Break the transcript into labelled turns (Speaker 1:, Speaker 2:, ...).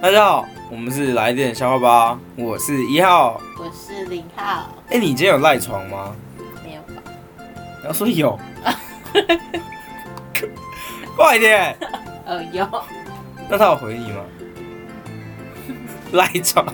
Speaker 1: 大家好，我们是来电消化吧，我是一号。
Speaker 2: 我是零号，
Speaker 1: 哎、你今天有赖床吗？
Speaker 2: 没有吧？
Speaker 1: 然后说有， 快点！
Speaker 2: 呃，有，
Speaker 1: 那他有回你吗？赖床，